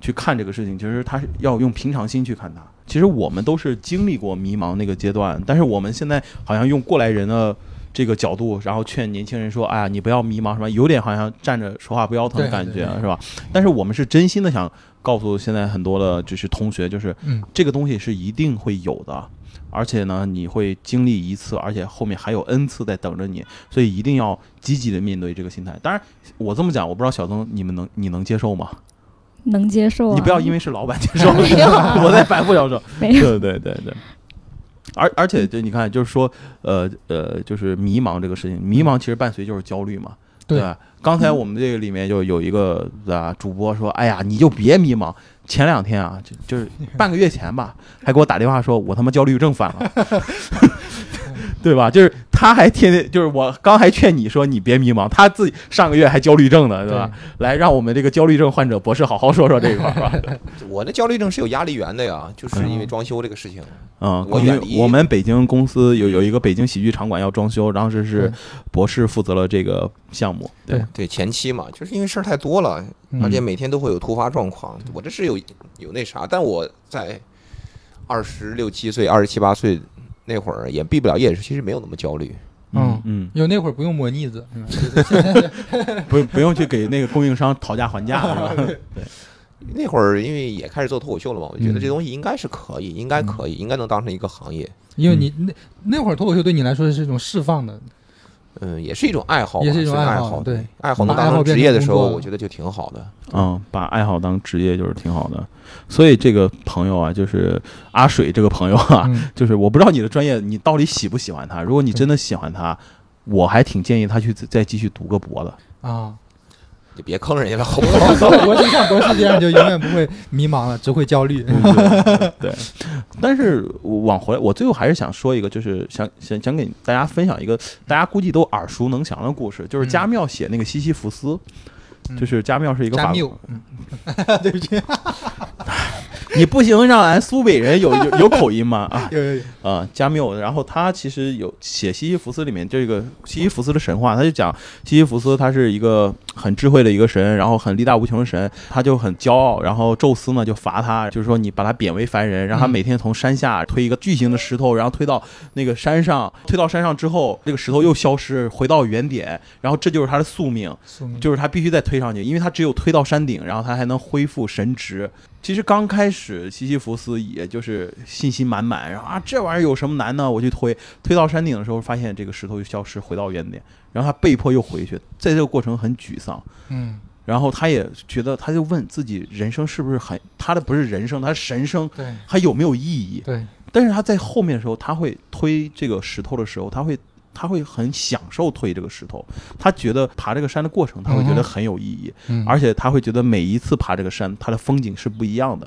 去看这个事情，其实它是要用平常心去看它。其实我们都是经历过迷茫那个阶段，但是我们现在好像用过来人的。这个角度，然后劝年轻人说：“哎呀，你不要迷茫，什么有点好像站着说话不腰疼的
对
感觉
对，对
是吧？”但是我们是真心的想告诉现在很多的，就是同学，就是
嗯，
这个东西是一定会有的，而且呢，你会经历一次，而且后面还有 n 次在等着你，所以一定要积极的面对这个心态。当然，我这么讲，我不知道小曾你们能你能接受吗？
能接受、啊。
你不要因为是老板接受，我在反复销售。
没
对
有
对对对。而而且就你看，就是说，呃呃，就是迷茫这个事情，迷茫其实伴随就是焦虑嘛，
对
吧？刚才我们这个里面就有一个啊主播说，哎呀，你就别迷茫。前两天啊，就就是半个月前吧，还给我打电话说，我他妈焦虑症犯了， 对吧？就是他还天天就是我刚还劝你说你别迷茫，他自己上个月还焦虑症呢，对吧？来，让我们这个焦虑症患者博士好好说说这一块儿吧。
我那焦虑症是有压力源的呀，就是因为装修这个事情。
嗯，
我
因为
远离
我们北京公司有有一个北京喜剧场馆要装修，当时是博士负责了这个项目。对
对
对前期嘛，就是因为事儿太多了，
嗯
而且每天都会有突发状况。我这是有有那啥，但我在二十六七岁、二十七八岁那会儿也毕不了业，其实没有那么焦虑。
嗯
嗯，
有那会儿不用抹腻子，嗯
不不用去给那个供应商讨价还价， 是吧？
那会儿因为也开始做脱口秀了嘛，我觉得
嗯
这东西应该是可以，应该可以，应该能当成一个行业。
因为你
嗯
那那会儿脱口秀对你来说是一种释放的，
嗯，也是一种爱好吧，
也是一种
爱
爱好
好。
对，嗯
爱好能
把爱
当
好
成
变
职业
成
的时候，
工作
我觉得就挺好的。
嗯，把爱好当职业就是挺好的。所以这个朋友啊，就是阿水这个朋友啊，
嗯
就是我不知道你的专业你到底喜不喜欢他。如果你真的喜欢他，我还挺建议他去再继续读个博的。
啊。
就别坑人家了，好 不好？
我就像博士这样，就永远不会迷茫了，只会焦虑。
嗯对对，但是我往回来，我最后还是想说一个，就是想想想给大家分享一个大家估计都耳熟能详的故事，就是加缪写那个西西弗斯，
嗯
就是加缪是一个
加
法
缪，嗯 对不起，
你不行让俺苏北人有有有口音吗？啊
有有有，
啊，加缪，然后他其实有写西西弗斯里面这个西西弗斯的神话，他就讲西西弗斯他是一个很智慧的一个神，然后很力大无穷的神，他就很骄傲，然后宙斯呢就罚他，就是说你把他贬为凡人，让他每天从山下推一个巨型的石头，然后推到那个山上，推到山上之后，这个石头又消失，回到原点，然后这就是他的宿命，就是他必须再推上去，因为他只有推到山顶，然后他才能恢复神职。其实刚开始，西西弗斯也就是信心满满，然后啊，这玩意儿有什么难呢？我去推，推到山顶的时候，发现这个石头就消失，回到原点，然后他被迫又回去，在这个过程很沮丧，
嗯，
然后他也觉得，他就问自己，人生是不是很他的不是人生，他是神生，
对
还有没有意义？
对，
但是他在后面的时候，他会推这个石头的时候，他会他会很享受推这个石头，他觉得爬这个山的过程，他会觉得很有意义，
嗯
而且他会觉得每一次爬这个山，它的风景是不一样的，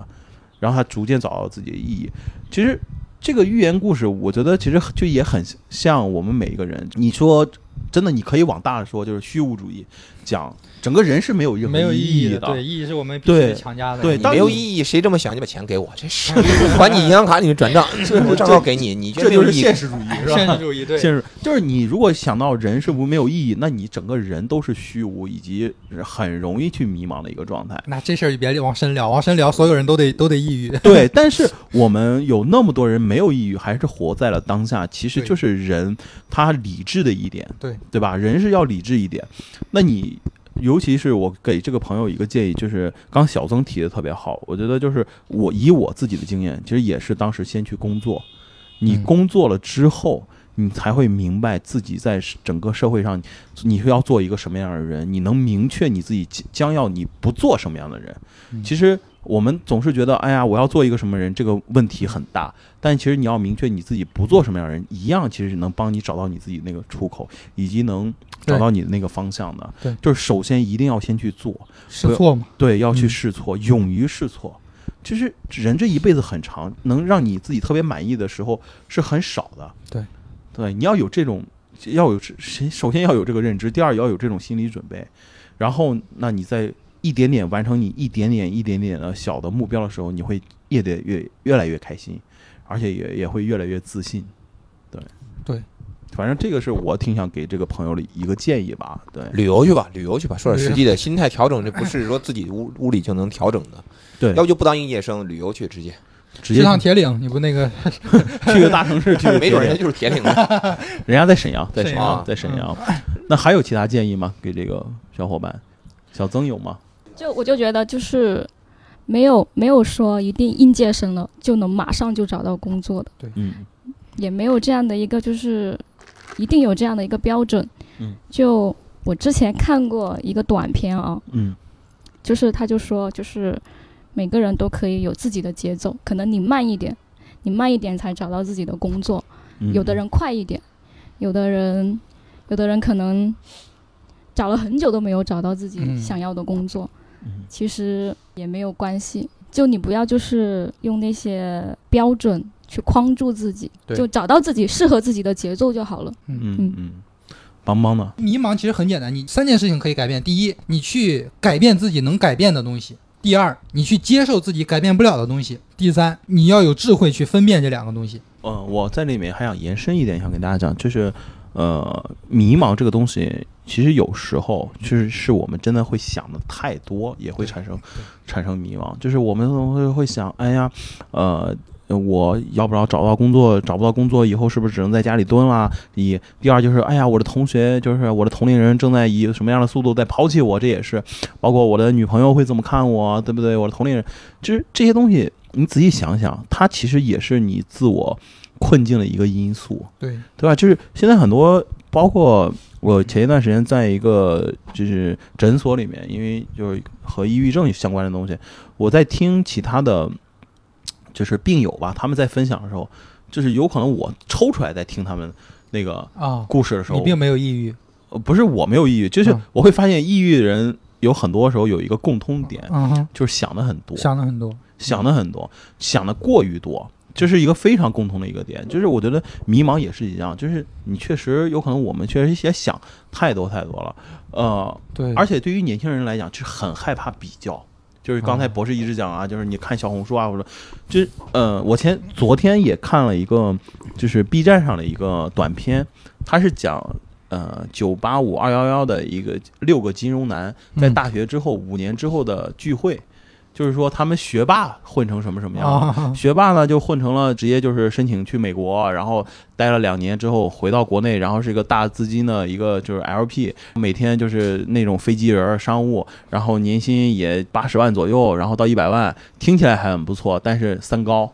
然后他逐渐找到自己的意义。其实这个寓言故事，我觉得其实就也很像我们每一个人。你说真的，你可以往大了说，就是虚无主义，讲整个人是没有任何
没有
意
义
的，
对，意义是我们必
对
须强加的，
对
你
当
没有
你
意义，谁这么想？你把钱给我，真 是管你银行卡，你转 账，我账号给你，你觉
这
得没
就
有
是
意义
现实主义，是吧？
现实主义，对，。
现实就是你如果想到人是无没有意义，那你整个人都是虚无，以及很容易去迷茫的一个状态
那这事儿就别往深聊，往深聊，所有人都得都得抑郁。
对，但是我们有那么多人没有抑郁，还是活在了当下，其实
对
就是人他理智的一点，
对
对吧？人是要理智一点。那你尤其是我给这个朋友一个建议，就是刚小曾提的特别好，我觉得就是我以我自己的经验，其实也是当时先去工作，你
嗯
工作了之后。你才会明白自己在整个社会上，你是要做一个什么样的人，你能明确你自己将要你不做什么样的人。
嗯
其实我们总是觉得，哎呀，我要做一个什么人，这个问题很大。但其实你要明确你自己不做什么样的人，一样其实能帮你找到你自己那个出口，以及能
对
找到你的那个方向的。
对
就是首先一定要先去做，
试嗯错嘛，
对，要去
嗯
试错，勇于试错。就是人这一辈子很长，能让你自己特别满意的时候是很少的。
对，
对，你要有这种，要有首首先要有这个认知，第二要有这种心理准备，然后那你在一点点完成你一点点一点点的小的目标的时候，你会越得越越来越开心，而且也也会越来越自信。对，
对，
反正这个是我挺想给这个朋友的一个建议吧。对，
旅游去吧，旅游去吧，说点实际的，心态调整，这不是说自己屋屋里就能调整的。
对
要不就不当应届生，旅游去直接，
直接
去趟铁岭，你不那个
去个大城市，去个
没准
别
人
的
家就是铁岭啊的。
人家在沈阳，在沈
沈嗯
阳，
阳
在
嗯
沈阳。那还有其他建议吗？给这个小伙伴，小曾有吗？
就我就觉得就是没有没有说一定应届生了就能马上就找到工作的，
嗯，
也没有这样的一个就是一定有这样的一个标准。
嗯，
就我之前看过一个短片啊，
嗯，
就是他就说就是每个人都可以有自己的节奏，可能你慢一点，你慢一点才找到自己的工作，
嗯
有的人快一点，有的人，有的人可能找了很久都没有找到自己
嗯
想要的工作，
嗯
其实也没有关系。就你不要就是用那些标准去框住自己，
对
就找到自己适合自己的节奏就好了。
嗯嗯，邦邦呢？
迷茫，其实很简单，你三件事情可以改变：第一，你去改变自己能改变的东西；第二，你去接受自己改变不了的东西；第三，你要有智慧去分辨这两个东西。
嗯，我在里面还想延伸一点，想给大家讲，就是呃，迷茫这个东西，其实有时候就是是我们真的会想的太多，也会产生产生迷茫。就是我们会会想，哎呀，呃。我要不然找不到工作，找不到工作以后是不是只能在家里蹲啦？一，第二就是，哎呀，我的同学就是我的同龄人正在以什么样的速度在抛弃我，这也是，包括我的女朋友会怎么看我，对不对？我的同龄人，就是这些东西，你仔细想想，它其实也是你自我困境的一个因素，
对，
对吧？就是现在很多，包括我前一段时间在一个就是诊所里面，因为就是和抑郁症相关的东西，我在听其他的，就是病友吧，他们在分享的时候，就是有可能我抽出来在听他们那个
啊、
故事的时
你
候，
并没有抑郁，
呃不是我没有抑郁，就是
嗯
我会发现抑郁的人有很多时候有一个共通点，
嗯哼，
就是想的很多，
想了很多，
想的很多，想的过于多，这是一个非常共同的一个点。就是我觉得迷茫也是一样，就是你确实有可能我们确实也想太多太多了，呃，
对，啊
而且对于年轻人来讲，就是很害怕比较。就是刚才博士一直讲啊，就是你看小红书啊，或者，就是呃，我前昨天也看了一个，就是 B 站上的一个短片，它是讲呃九八五二幺幺的一个六个金融男在
嗯
大学之后五年之后的聚会，就是说他们学霸混成什么什么样了，
啊，
学霸呢就混成了直接就是申请去美国，然后待了两年之后回到国内，然后是一个大资金的一个就是 LP，每天就是那种飞机人儿商务，然后年薪也八十万左右，然后到一百万，听起来还很不错，但是三高，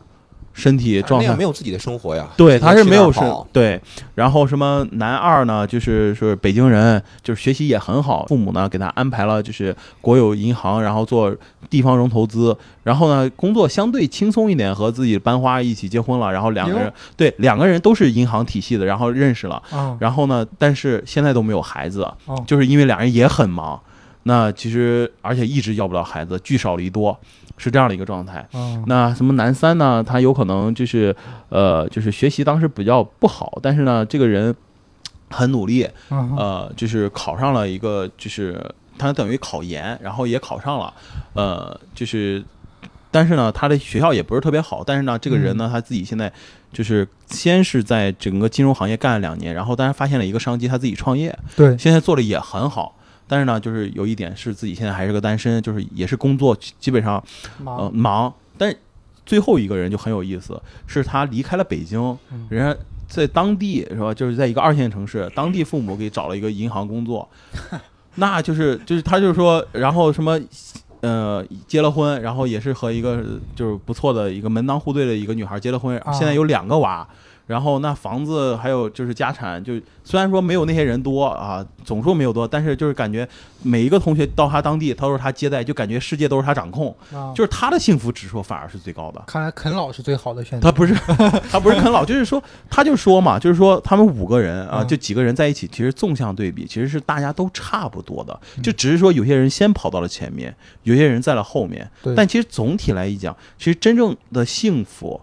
身体状
啊那
态
样没有自己的生活呀。
对，他是没有
去
是
哪儿跑，
对。然后什么男二呢，就是是北京人，就是学习也很好，父母呢给他安排了就是国有银行，然后做地方融投资，然后呢工作相对轻松一点，和自己班花一起结婚了，然后两个人
哟
对两个人都是银行体系的，然后认识了，
啊，
然后呢，但是现在都没有孩子，
哦
就是因为俩人也很忙。那其实，而且一直要不了孩子，聚少离多，是这样的一个状态。
啊，
那什么男三呢？他有可能就是呃，就是学习当时比较不好，但是呢，这个人很努力，
啊，
呃，就是考上了一个，就是他等于考研，然后也考上了，呃，就是。但是呢，他的学校也不是特别好。但是呢，这个人呢，他自己现在就是先是在整个金融行业干了两年，然后但是发现了一个商机，他自己创业，
对，
现在做的也很好。但是呢，就是有一点是自己现在还是个单身，就是也是工作基本上呃
忙，
忙，但是最后一个人就很有意思，是他离开了北京，
嗯
人家在当地是吧，就是在一个二线城市，当地父母给找了一个银行工 作，那就是就是他就是说，然后什么。呃，结了婚，然后也是和一个就是不错的一个门当户对的一个女孩结了婚，
啊
现在有两个娃，然后那房子还有就是家产，就虽然说没有那些人多啊，总数没有多，但是就是感觉每一个同学到他当地，他都是他接待，就感觉世界都是他掌控，
啊
就是他的幸福指数反而是最高的。
看来啃老是最好的选择
他不是， 他不是啃老，就是说，他就说嘛，就是说，他们五个人啊，
嗯
就几个人在一起，其实纵向对比，其实是大家都差不多的，
嗯
就只是说有些人先跑到了前面，有些人在了后面
对。
但其实总体来一讲，其实真正的幸福，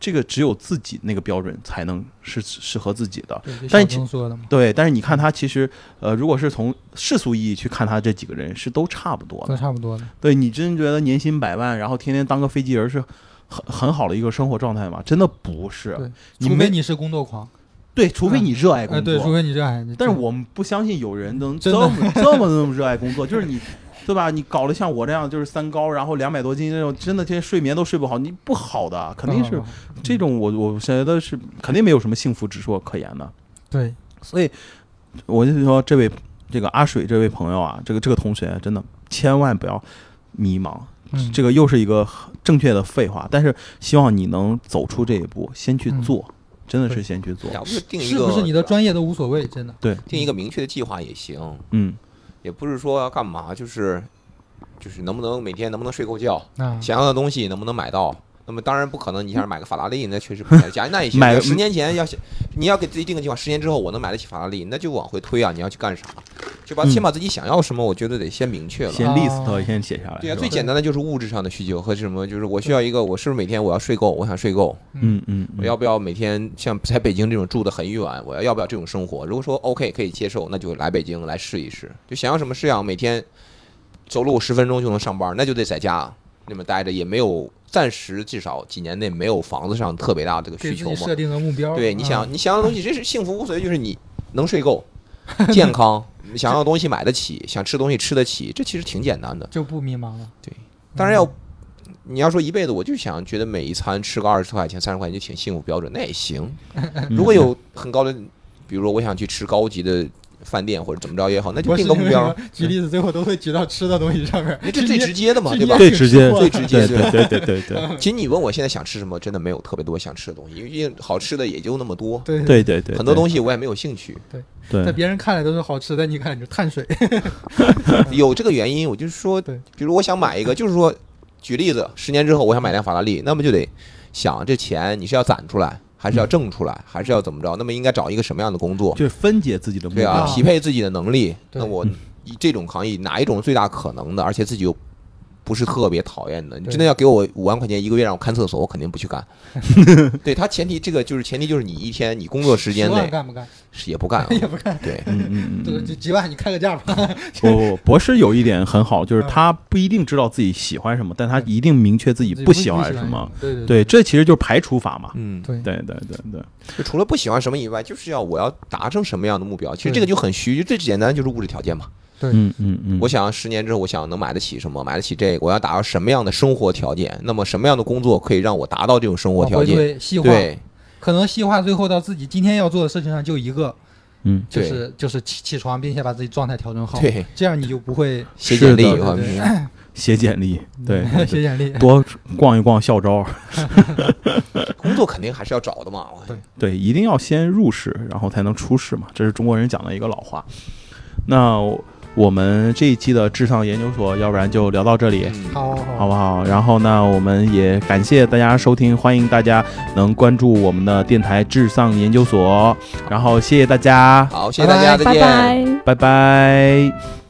这个只有自己那个标准才能是适合自己的。
对，就
但
小
其
曾说的嘛，
对，但是你看他其实，呃，如果是从世俗意义去看他这几个人，是都差不多的
都。差不多的，
对你真觉得年薪百万，然后天天当个飞机人是很很好的一个生活状态吗？真的不是。
对，
你
除
没
非你是工作狂，
对，除非你热爱
哎，
工
对，除
作。
非你热爱，
但是我们不相信有人能这
真的
么这么那么热爱工作，就是你。对吧？你搞得像我这样，就是三高，然后两百多斤那种，真的，这些睡眠都睡不好，你不好的，肯定是
啊
这种我。我觉得是肯定没有什么幸福指数可言的。
对，
所以我就说，这位这个阿水这位朋友啊，这个这个同学，真的千万不要迷茫，
嗯
这个又是一个正确的废话，但是希望你能走出这一步，先去做，真的是先去做
哎。呀我就定一
是
个，
不是你的专业都无所谓，真的，
定一个明确的计划也行，
嗯，
也不是说要干嘛，就是就是能不能每天能不能睡够觉，
啊，
想要的东西能不能买到。那么当然不可能，你想买个法拉利，那确实不太行。那也行，
买个
十年前要想，你要给自己定个计划，十年之后我能买得起法拉利，那就往回推啊！你要去干啥？就把
嗯
先把自己想要什么，我觉得得先明确了。
先
啊
list 先写下来。
对
哎是
啊，
吧
最简单的就是物质上的需求和什么，就是我需要一个，我是不是每天我要睡够？我想睡够，
嗯嗯，
我要不要每天像在北京这种住的很远，我要要不要这种生活？如果说 OK 可以接受，那就来北京来试一试，就想要什么是要每天走路十分钟就能上班，那就得在家那么待着，也没有暂时至少几年内没有房子上特别大的这个
给
需
自
求
己
嘛。
设定个目标，
对，你
啊
想，
嗯
你想要的东西，真是幸福无所谓，就是你能睡够，健康，你想要的东西买得起，想吃的东西吃得起，这其实挺简单的。
就不迷茫了，
当然要，你要说一辈子，我就想觉得每一餐吃个二十块钱、三十块钱就挺幸福标准，那也行。
嗯
如果有很高的，比如说我想去吃高级的饭店或者怎么着也好，那就
我是
定个目标，
举例子最后都会举到吃的东西上面，
那 这最直接的嘛，
去
对吧
捏？
最直接，
最直接
对对对对对 对
其实你问我现在想吃什么，真的没有特别多想吃的东西，因为好吃的也就那么多，
对
对对对，
很多东
西
西我也没有兴趣。
在
对
别人看来都是好吃，在你看来就是碳水。
有这个原因，我就是说，
对
比如我想买一个，就是说，举例子，十年之后我想买辆法拉利，那么就得想这钱你是要攒出来，还是要挣出来，还是要怎么着？那么应该找一个什么样的工作？
就是分解自己的目
对啊，
标
啊。
匹配自己的能力。
对
那我以这种抗议哪一种最大可能的，而且自己又不是特别讨厌的，你真的要给我五万块钱一个月让我看厕所，我肯定不去 干。对他前提，这个就是前提就是你一天你工作时间
十万
内
干不干？，
是也不干、啊
也不干，
对，
嗯嗯
对，
嗯
就几万你开个价吧。
不不不，博士有一点很好，就是他不一定知道自己喜欢什么，但他一定明确自己不喜欢什么。？
对对
对，这其实就是排除法嘛。
嗯，
对
对对对对，
就除了不喜欢什么以外，就是要我要达成什么样的目标。其实这个
对
就很虚，就最简单就是物质条件嘛。
嗯嗯嗯，
我想十年之后，我想能买得起什么，买得起这个，我要达到什么样的生活条件？那么什么样的工作可以让我达到这种生活
往
条
回
件？
推细化，
对，
可能细化最后到自己今天要做的事情上就一个，
嗯
就
对
是就是起起床，并且把自己状态调整好。
对，
这样你就不会
写简历
是的
我
对对
写简历， 对， 对
写
对
简历。
多逛一逛校招，
工作肯定还是要找的嘛。我
对
对，一定要先入世，然后才能出世嘛，这是中国人讲的一个老话。那我们这一期的智尚研究所，要不然就聊到这里。
嗯
好
好
好
不好？然后呢，我们也感谢大家收听，欢迎大家能关注我们的电台智丧研究所。然后谢谢大家，
好，谢谢大家，再
拜
拜
见。
拜
拜。
拜。